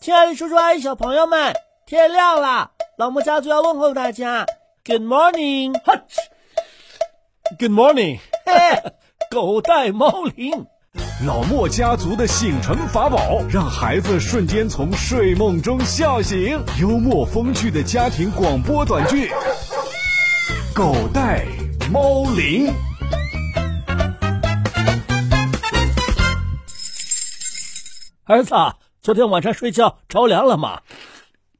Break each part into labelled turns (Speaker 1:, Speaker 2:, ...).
Speaker 1: 亲爱的叔叔阿姨、小朋友们，天亮啦，老莫家族要问候大家，Good morning，
Speaker 2: 哈哧，Good morning，
Speaker 1: 嘿， 狗带猫铃。
Speaker 3: 老莫家族的醒神法宝，让孩子瞬间从睡梦中笑醒。幽默风趣的家庭广播短剧，《狗带猫铃》。
Speaker 1: 儿子，啊昨天晚上睡觉着凉了吗？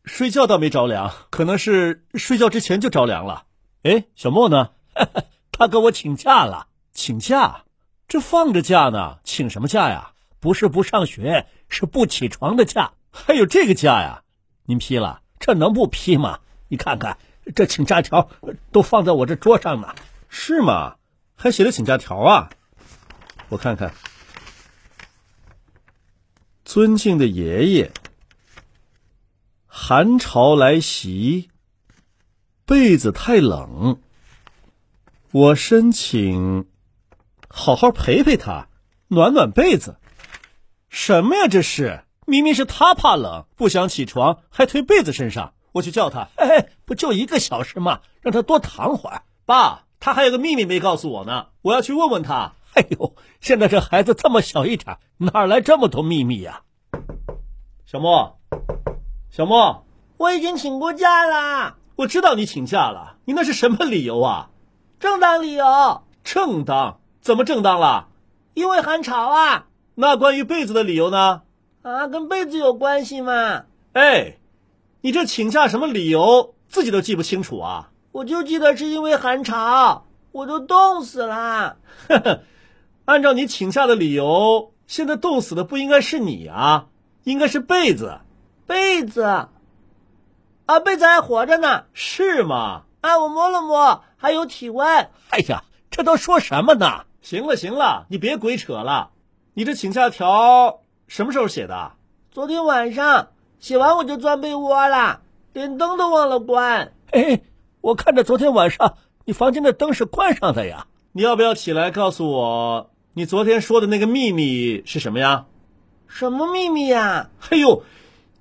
Speaker 2: 睡觉倒没着凉，可能是睡觉之前就着凉了。
Speaker 1: 哎，小莫呢？ 他跟我请假了，
Speaker 2: 请假。
Speaker 1: 这放着假呢，请什么假呀？不是不上学，是不起床的假。
Speaker 2: 还有这个假呀？
Speaker 1: 您批了，这能不批吗？你看看，这请假条都放在我这桌上呢。
Speaker 2: 是吗？还写了请假条啊？我看看。尊敬的爷爷，寒潮来袭，被子太冷，我申请。好好陪陪他，暖暖被子。什么呀？这是明明是他怕冷，不想起床，还推被子身上。我去叫他，
Speaker 1: 哎，不就一个小时吗？让他多躺会儿。
Speaker 2: 爸，他还有个秘密没告诉我呢，我要去问问他。
Speaker 1: 哎呦，现在这孩子这么小一点，哪来这么多秘密呀、
Speaker 2: 啊？小莫，小莫，
Speaker 4: 我已经请过假啦。
Speaker 2: 我知道你请假了，你那是什么理由啊？
Speaker 4: 正当理由。
Speaker 2: 正当。怎么正当了？
Speaker 4: 因为寒潮啊。
Speaker 2: 那关于被子的理由呢？
Speaker 4: 啊，跟被子有关系吗？
Speaker 2: 哎，你这请假什么理由自己都记不清楚啊？
Speaker 4: 我就记得是因为寒潮，我都冻死了。
Speaker 2: 呵呵， 按照你请假的理由，现在冻死的不应该是你啊，应该是被子。
Speaker 4: 被子？啊，被子还活着呢？
Speaker 2: 是吗？
Speaker 4: 啊，我摸了摸，还有体温。
Speaker 1: 哎呀，这都说什么呢？
Speaker 2: 行了行了，你别鬼扯了。你这请假条什么时候写的？
Speaker 4: 昨天晚上写完我就钻被窝了，连灯都忘了关。
Speaker 1: 哎，我看着昨天晚上你房间的灯是关上的呀。
Speaker 2: 你要不要起来告诉我，你昨天说的那个秘密是什么呀？
Speaker 4: 什么秘密呀、啊？
Speaker 2: 哎呦，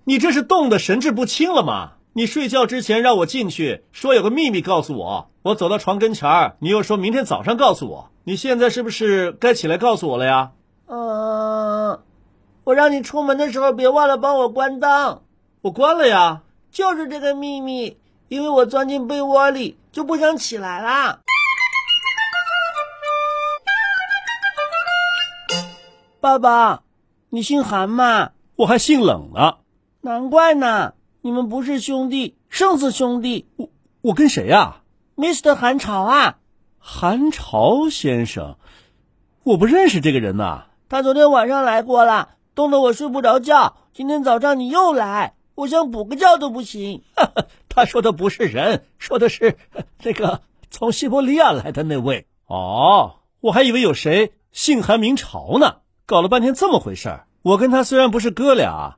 Speaker 2: 你这是冻得神志不清了吗？你睡觉之前让我进去，说有个秘密告诉我。我走到床跟前儿，你又说明天早上告诉我。你现在是不是该起来告诉我了呀？
Speaker 4: 嗯、呃，我让你出门的时候别忘了帮我关灯。
Speaker 2: 我关了呀。
Speaker 4: 就是这个秘密，因为我钻进被窝里就不想起来啦。爸爸，你姓韩吗？
Speaker 2: 我还姓冷呢。
Speaker 4: 难怪呢。你们不是兄弟，胜似兄弟。
Speaker 2: 我我跟谁呀、啊、
Speaker 4: ？Mr. 韩潮啊，
Speaker 2: 韩潮先生，我不认识这个人呐、啊。
Speaker 4: 他昨天晚上来过了，冻得我睡不着觉。今天早上你又来，我想补个觉都不 行。
Speaker 1: 他说的不是人，说的是那个从西伯利亚来的那位。
Speaker 2: 哦，我还以为有谁姓韩名潮呢，搞了半天这么回事儿。我跟他虽然不是哥俩，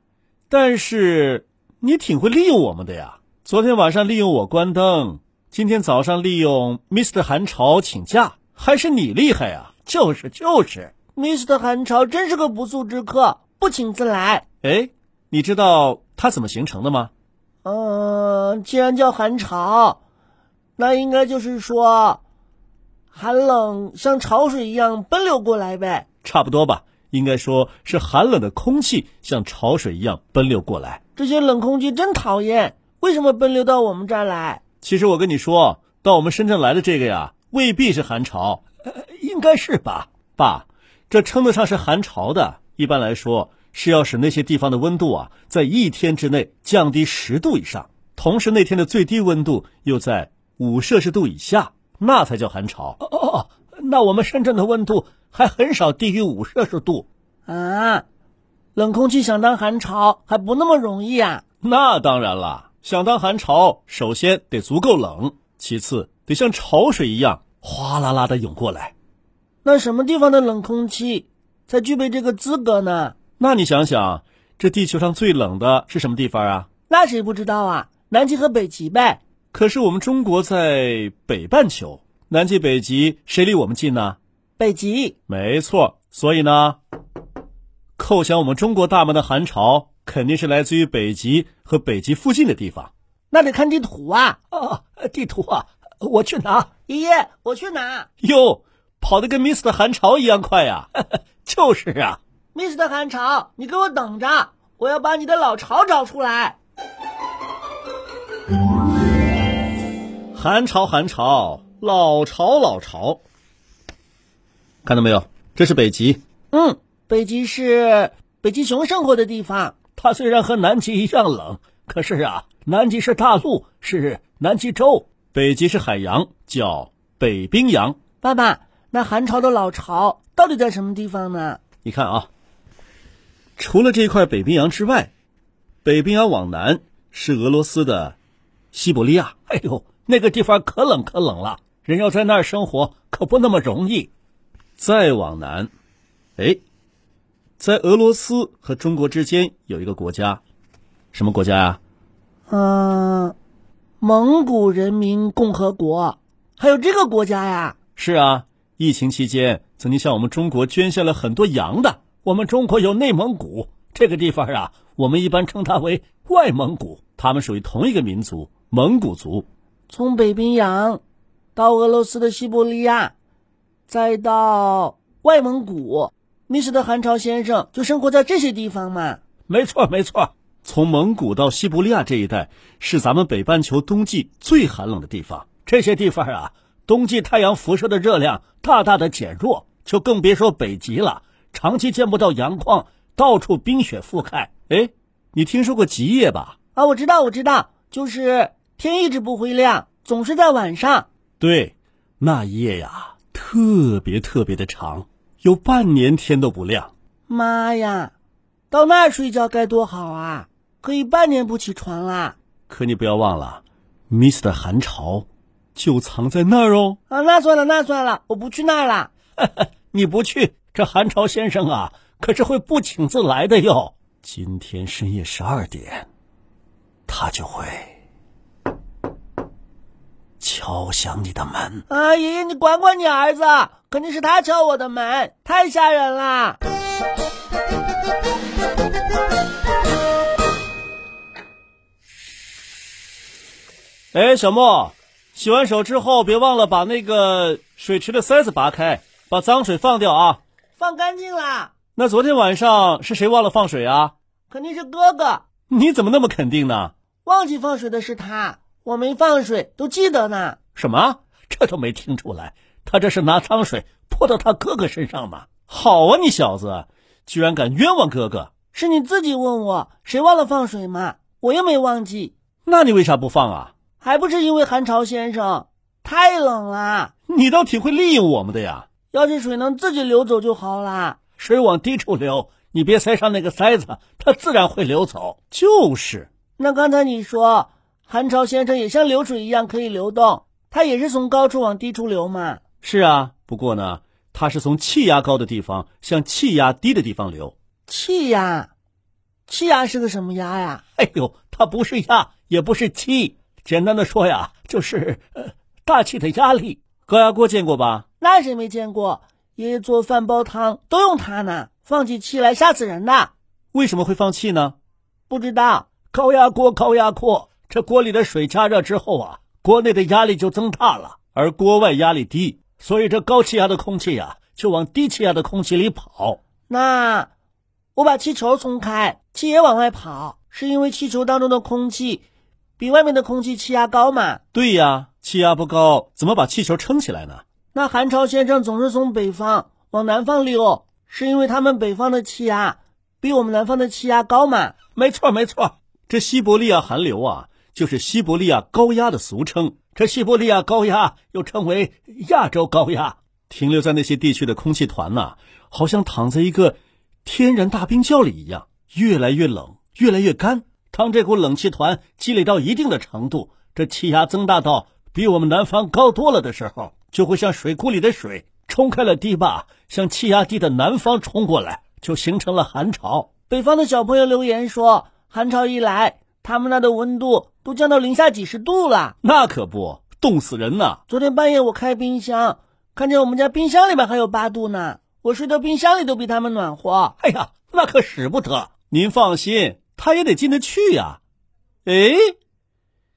Speaker 2: 但是。你挺会利用我们的呀！昨天晚上利用我关灯，今天早上利用 Mr. 韩潮请假，还是你厉害呀、
Speaker 1: 啊！就是就是
Speaker 4: ，Mr. 韩潮真是个不速之客，不请自来。
Speaker 2: 哎，你知道他怎么形成的吗？
Speaker 4: 嗯、呃，既然叫寒潮，那应该就是说，寒冷像潮水一样奔流过来呗。
Speaker 2: 差不多吧，应该说是寒冷的空气像潮水一样奔流过来。
Speaker 4: 这些冷空气真讨厌，为什么奔流到我们这儿来？
Speaker 2: 其实我跟你说，到我们深圳来的这个呀，未必是寒 潮，
Speaker 1: 呃、应该是吧？
Speaker 2: 爸，这称得上是寒潮的，一般来说是要使那些地方的温度啊，在一天之内降低十度以上，同时那天的最低温度又在五摄氏度以下，那才叫寒潮。
Speaker 1: 哦哦，那我们深圳的温度还很少低于五摄氏度
Speaker 4: 啊。冷空气想当寒潮还不那么容易啊！
Speaker 2: 那当然啦，想当寒潮，首先得足够冷，其次得像潮水一样哗啦啦的涌过来。
Speaker 4: 那什么地方的冷空气才具备这个资格呢？
Speaker 2: 那你想想，这地球上最冷的是什么地方啊？
Speaker 4: 那谁不知道啊？南极和北极呗。
Speaker 2: 可是我们中国在北半球，南极、北极谁离我们近呢？
Speaker 4: 北极。
Speaker 2: 没错，所以呢？叩响我们中国大门的寒潮肯定是来自于北极和北极附近的地方。
Speaker 4: 那得看地图啊！
Speaker 2: 哦
Speaker 1: 啊，
Speaker 2: 呃
Speaker 1: 地图啊，我去拿。
Speaker 4: 爷爷，我去拿。
Speaker 2: 哟，跑得跟 Mr. 寒潮一样快 呀、
Speaker 1: 就是啊，
Speaker 4: Mr. 寒潮，你给我等着，我要把你的老巢找出来。
Speaker 2: 寒潮，寒潮，老潮，老潮。看到没有？这是北极。
Speaker 4: 嗯，北极是北极熊生活的地方。
Speaker 1: 它虽然和南极一样冷，可是啊，南极是大陆，是南极洲。
Speaker 2: 北极是海洋，叫北冰洋。
Speaker 4: 爸爸，那寒潮的老巢到底在什么地方呢？
Speaker 2: 你看啊，除了这块北冰洋之外，北冰洋往南是俄罗斯的西伯利亚。
Speaker 1: 哎呦，那个地方可冷可冷了，人要在那儿生活可不那么容易。
Speaker 2: 再往南，哎，在俄罗斯和中国之间有一个国家，什么国家呀、
Speaker 4: 嗯、蒙古人民共和国，还有这个国家呀？
Speaker 2: 是啊，疫情期间曾经向我们中国捐献了很多羊的。
Speaker 1: 我们中国有内蒙古这个地方啊，我们一般称它为外蒙古。
Speaker 2: 他们属于同一个民族——蒙古族。
Speaker 4: 从北冰洋到俄罗斯的西伯利亚，再到外蒙古，密斯的寒潮先生就生活在这些地方嘛。
Speaker 1: 没错，没错，
Speaker 2: 从蒙古到西伯利亚这一带，是咱们北半球冬季最寒冷的地方。
Speaker 1: 这些地方啊，冬季太阳辐射的热量大大的减弱，就更别说北极了。长期见不到阳光，到处冰雪覆盖。
Speaker 2: 哎，你听说过极夜吧？
Speaker 4: 啊，我知道，我知道，就是天一直不会亮，总是在晚上。
Speaker 2: 对，那夜呀，特别特别的长，有半年天都不亮。
Speaker 4: 妈呀，到那儿睡觉该多好啊！可以半年不起床啦。
Speaker 2: 可你不要忘了，Mr. 寒潮就藏在那儿哦。
Speaker 4: 啊，那算了，那算了，我不去那儿 啦。
Speaker 1: 你不去，这寒潮先生啊，可是会不请自来的哟。
Speaker 2: 今天深夜十二点，他就会敲响你的门。
Speaker 4: 啊，爷爷，你管管你儿子，肯定是他敲我的门，太吓人啦！
Speaker 2: 哎，小莫，洗完手之后别忘了把那个水池的塞子拔开，把脏水放掉啊。
Speaker 4: 放干净啦，
Speaker 2: 那昨天晚上是谁忘了放水啊？
Speaker 4: 肯定是哥哥
Speaker 2: 你怎么那么肯定呢？
Speaker 4: 忘记放水的是他，我没放水，都记得呢。
Speaker 1: 什么？这都没听出来？他这是拿脏水泼到他哥哥身上吗？
Speaker 2: 好啊，你小子，居然敢冤枉哥哥！
Speaker 4: 是你自己问我谁忘了放水嘛，我又没忘记，
Speaker 2: 那你为啥不放啊？
Speaker 4: 还不是因为寒潮先生太冷啦，
Speaker 2: 你倒挺会利用我们的呀！
Speaker 4: 要是水能自己流走就好啦。
Speaker 1: 水往低处流，你别塞上那个塞子，它自然会流走。
Speaker 2: 就是，
Speaker 4: 那刚才你说寒潮先生也像流水一样可以流动，他也是从高处往低处流嘛？
Speaker 2: 是啊，不过呢，它是从气压高的地方向气压低的地方流。
Speaker 4: 气压，气压是个什么压呀？
Speaker 1: 哎呦，它不是压，也不是气，简单的说呀，就是、呃、大气的压力。
Speaker 2: 高压锅见过吧？
Speaker 4: 那谁没见过？爷爷做饭煲汤都用它呢，放起气来吓死人的。
Speaker 2: 为什么会放气呢？
Speaker 4: 不知道
Speaker 1: 高压锅，高压锅，这锅里的水加热之后啊，锅内的压力就增大了，
Speaker 2: 而锅外压力低，
Speaker 1: 所以这高气压的空气呀、就往低气压的空气里跑。
Speaker 4: 那我把气球松开，气也往外跑，是因为气球当中的空气比外面的空气气压高嘛？
Speaker 2: 对呀，气压不高，怎么把气球撑起来呢？
Speaker 4: 那寒潮先生总是从北方往南方溜，是因为他们北方的气压比我们南方的气压高嘛？
Speaker 1: 没错，没错，
Speaker 2: 这西伯利亚寒流啊，就是西伯利亚高压的俗称，
Speaker 1: 这西伯利亚高压又称为亚洲高压。
Speaker 2: 停留在那些地区的空气团呐、好像躺在一个天然大冰窖里一样，越来越冷，越来越干。
Speaker 1: 当这股冷气团积累到一定的程度，这气压增大到比我们南方高多了的时候，就会像水库里的水冲开了堤坝，向气压低的南方冲过来，就形成了寒潮。
Speaker 4: 北方的小朋友留言说，寒潮一来，他们那的温度都降到零下几十度了。
Speaker 2: 那可不，冻死人呐！
Speaker 4: 昨天半夜我开冰箱，看见我们家冰箱里面还有八度呢，我睡到冰箱里都比他们暖和。
Speaker 1: 哎呀，那可使不得！
Speaker 2: 您放心，他也得进得去呀、啊。哎，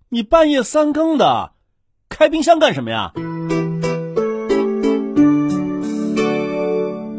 Speaker 2: 你半夜三更的开冰箱干什么呀？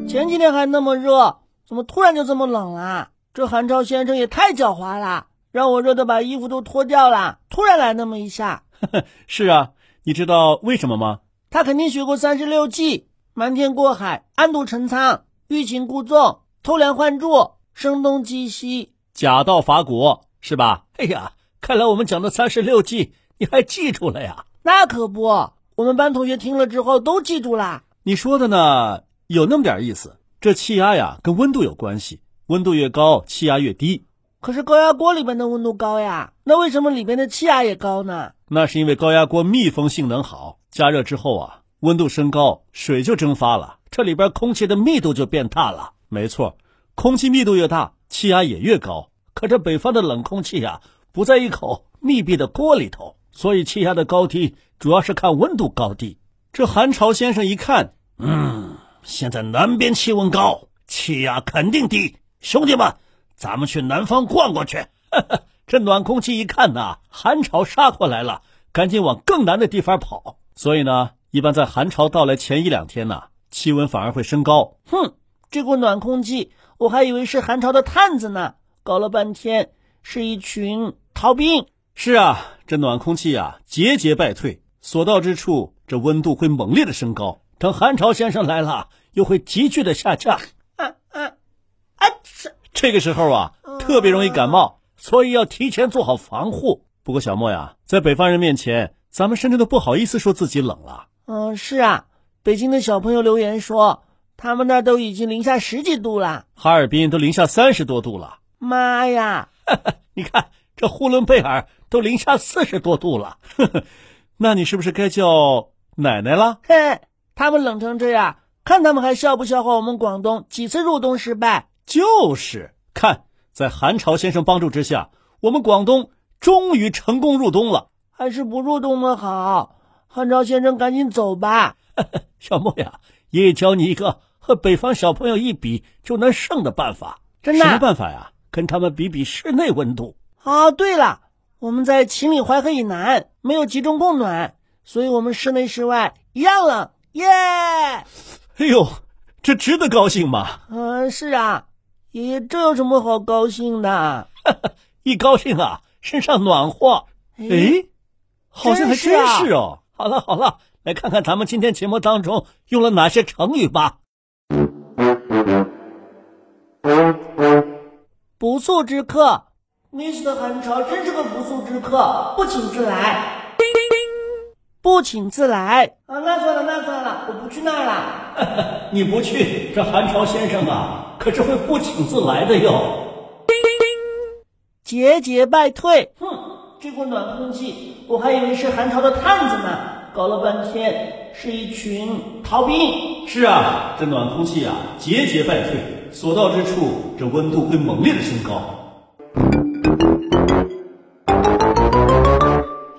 Speaker 4: 前几天还那么热，怎么突然就这么冷了？这韩超先生也太狡猾了，让我热的把衣服都脱掉了，突然来那么一下。
Speaker 2: 是啊，你知道为什么吗？
Speaker 4: 他肯定学过三十六计，瞒天过海，暗度陈仓，欲擒故纵，偷梁换柱，声东击西，
Speaker 2: 假道伐国，是吧？
Speaker 1: 哎呀，看来我们讲的三十六计你还记住了呀？
Speaker 4: 那可不，我们班同学听了之后都记住啦。
Speaker 2: 你说的呢，有那么点意思。这气压呀，跟温度有关系，温度越高，气压越低。
Speaker 4: 可是高压锅里面的温度高呀，那为什么里面的气压也高呢？
Speaker 2: 那是因为高压锅密封性能好，加热之后啊，温度升高，水就蒸发了，这里边空气的密度就变大了。没错，空气密度越大，气压也越高。可这北方的冷空气啊，不在一口密闭的锅里头，所以气压的高低主要是看温度高低。这韩朝先生一看，
Speaker 1: 嗯，现在南边气温高，气压肯定低。兄弟们，咱们去南方逛逛去。 这暖空气一看呐、啊，寒潮杀过来了，赶紧往更南的地方跑。
Speaker 2: 所以呢，一般在寒潮到来前一两天呢、啊，气温反而会升高。
Speaker 4: 哼，这股暖空气，我还以为是寒潮的探子呢，搞了半天是一群逃兵。
Speaker 2: 是啊，这暖空气啊，节节败退，所到之处，这温度会猛烈的升高。等寒潮先生来了，又会急剧的下降。
Speaker 4: 啊啊啊！哦这
Speaker 2: 这个时候啊，特别容易感冒。
Speaker 1: 所以要提前做好防护。
Speaker 2: 不过小莫呀，在北方人面前，咱们甚至都不好意思说自己冷了。
Speaker 4: 嗯，是啊。北京的小朋友留言说，他们那都已经零下十几度了，
Speaker 2: 哈尔滨都零下三十多度了。
Speaker 4: 妈呀！
Speaker 1: 你看这呼伦贝尔都零下四十多度了。
Speaker 2: 那你是不是该叫奶奶了？
Speaker 4: 嘿，他们冷成这样，看他们还笑不笑话我们广东几次入冬失败？
Speaker 2: 就是看。在韩朝先生帮助之下，我们广东终于成功入冬了。
Speaker 4: 还是不入冬的好。韩朝先生，赶紧走吧。
Speaker 1: 小莫呀，爷爷教你一个和北方小朋友一比就能胜的办法。
Speaker 4: 真的？
Speaker 2: 什么办法呀？
Speaker 1: 跟他们比比室内温度。
Speaker 4: 啊，对了，我们在秦岭淮河以南没有集中供暖，所以我们室内室外一样冷。耶！哎
Speaker 2: 呦，这值得高兴吗？
Speaker 4: 嗯、呃，是啊。爷爷，这有什么好高兴的？
Speaker 1: 一高兴啊，身上暖和。
Speaker 2: 哎，好像还真是
Speaker 1: 哦。啊、好了好了，来看看咱们今天节目当中用了哪些成语吧。
Speaker 4: 不速之客，Mr. 韩朝真是个不速之客，不请自来。叮叮叮不请自来。啊，那算了那算了，我不去那儿了。
Speaker 1: 你不去，这韩朝先生啊。可是会不请自来的哟！叮叮
Speaker 4: 叮，节节败退。哼，这股暖空气，我还以为是寒潮的探子呢，搞了半天是一群逃兵。
Speaker 2: 是啊，这暖空气啊，节节败退，所到之处，这温度会猛烈的升高。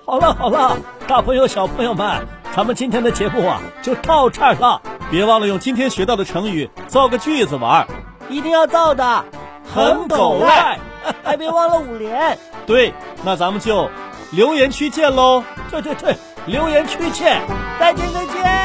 Speaker 1: 好了好了，大朋友小朋友们，咱们今天的节目啊，就到这儿了。
Speaker 2: 别忘了用今天学到的成语造个句子玩。
Speaker 4: 一定要造的
Speaker 2: 很狗赖，
Speaker 4: 还别忘了五连。
Speaker 2: 对，那咱们就留言区见喽！
Speaker 1: 对对对，留言区见，
Speaker 4: 再见再见。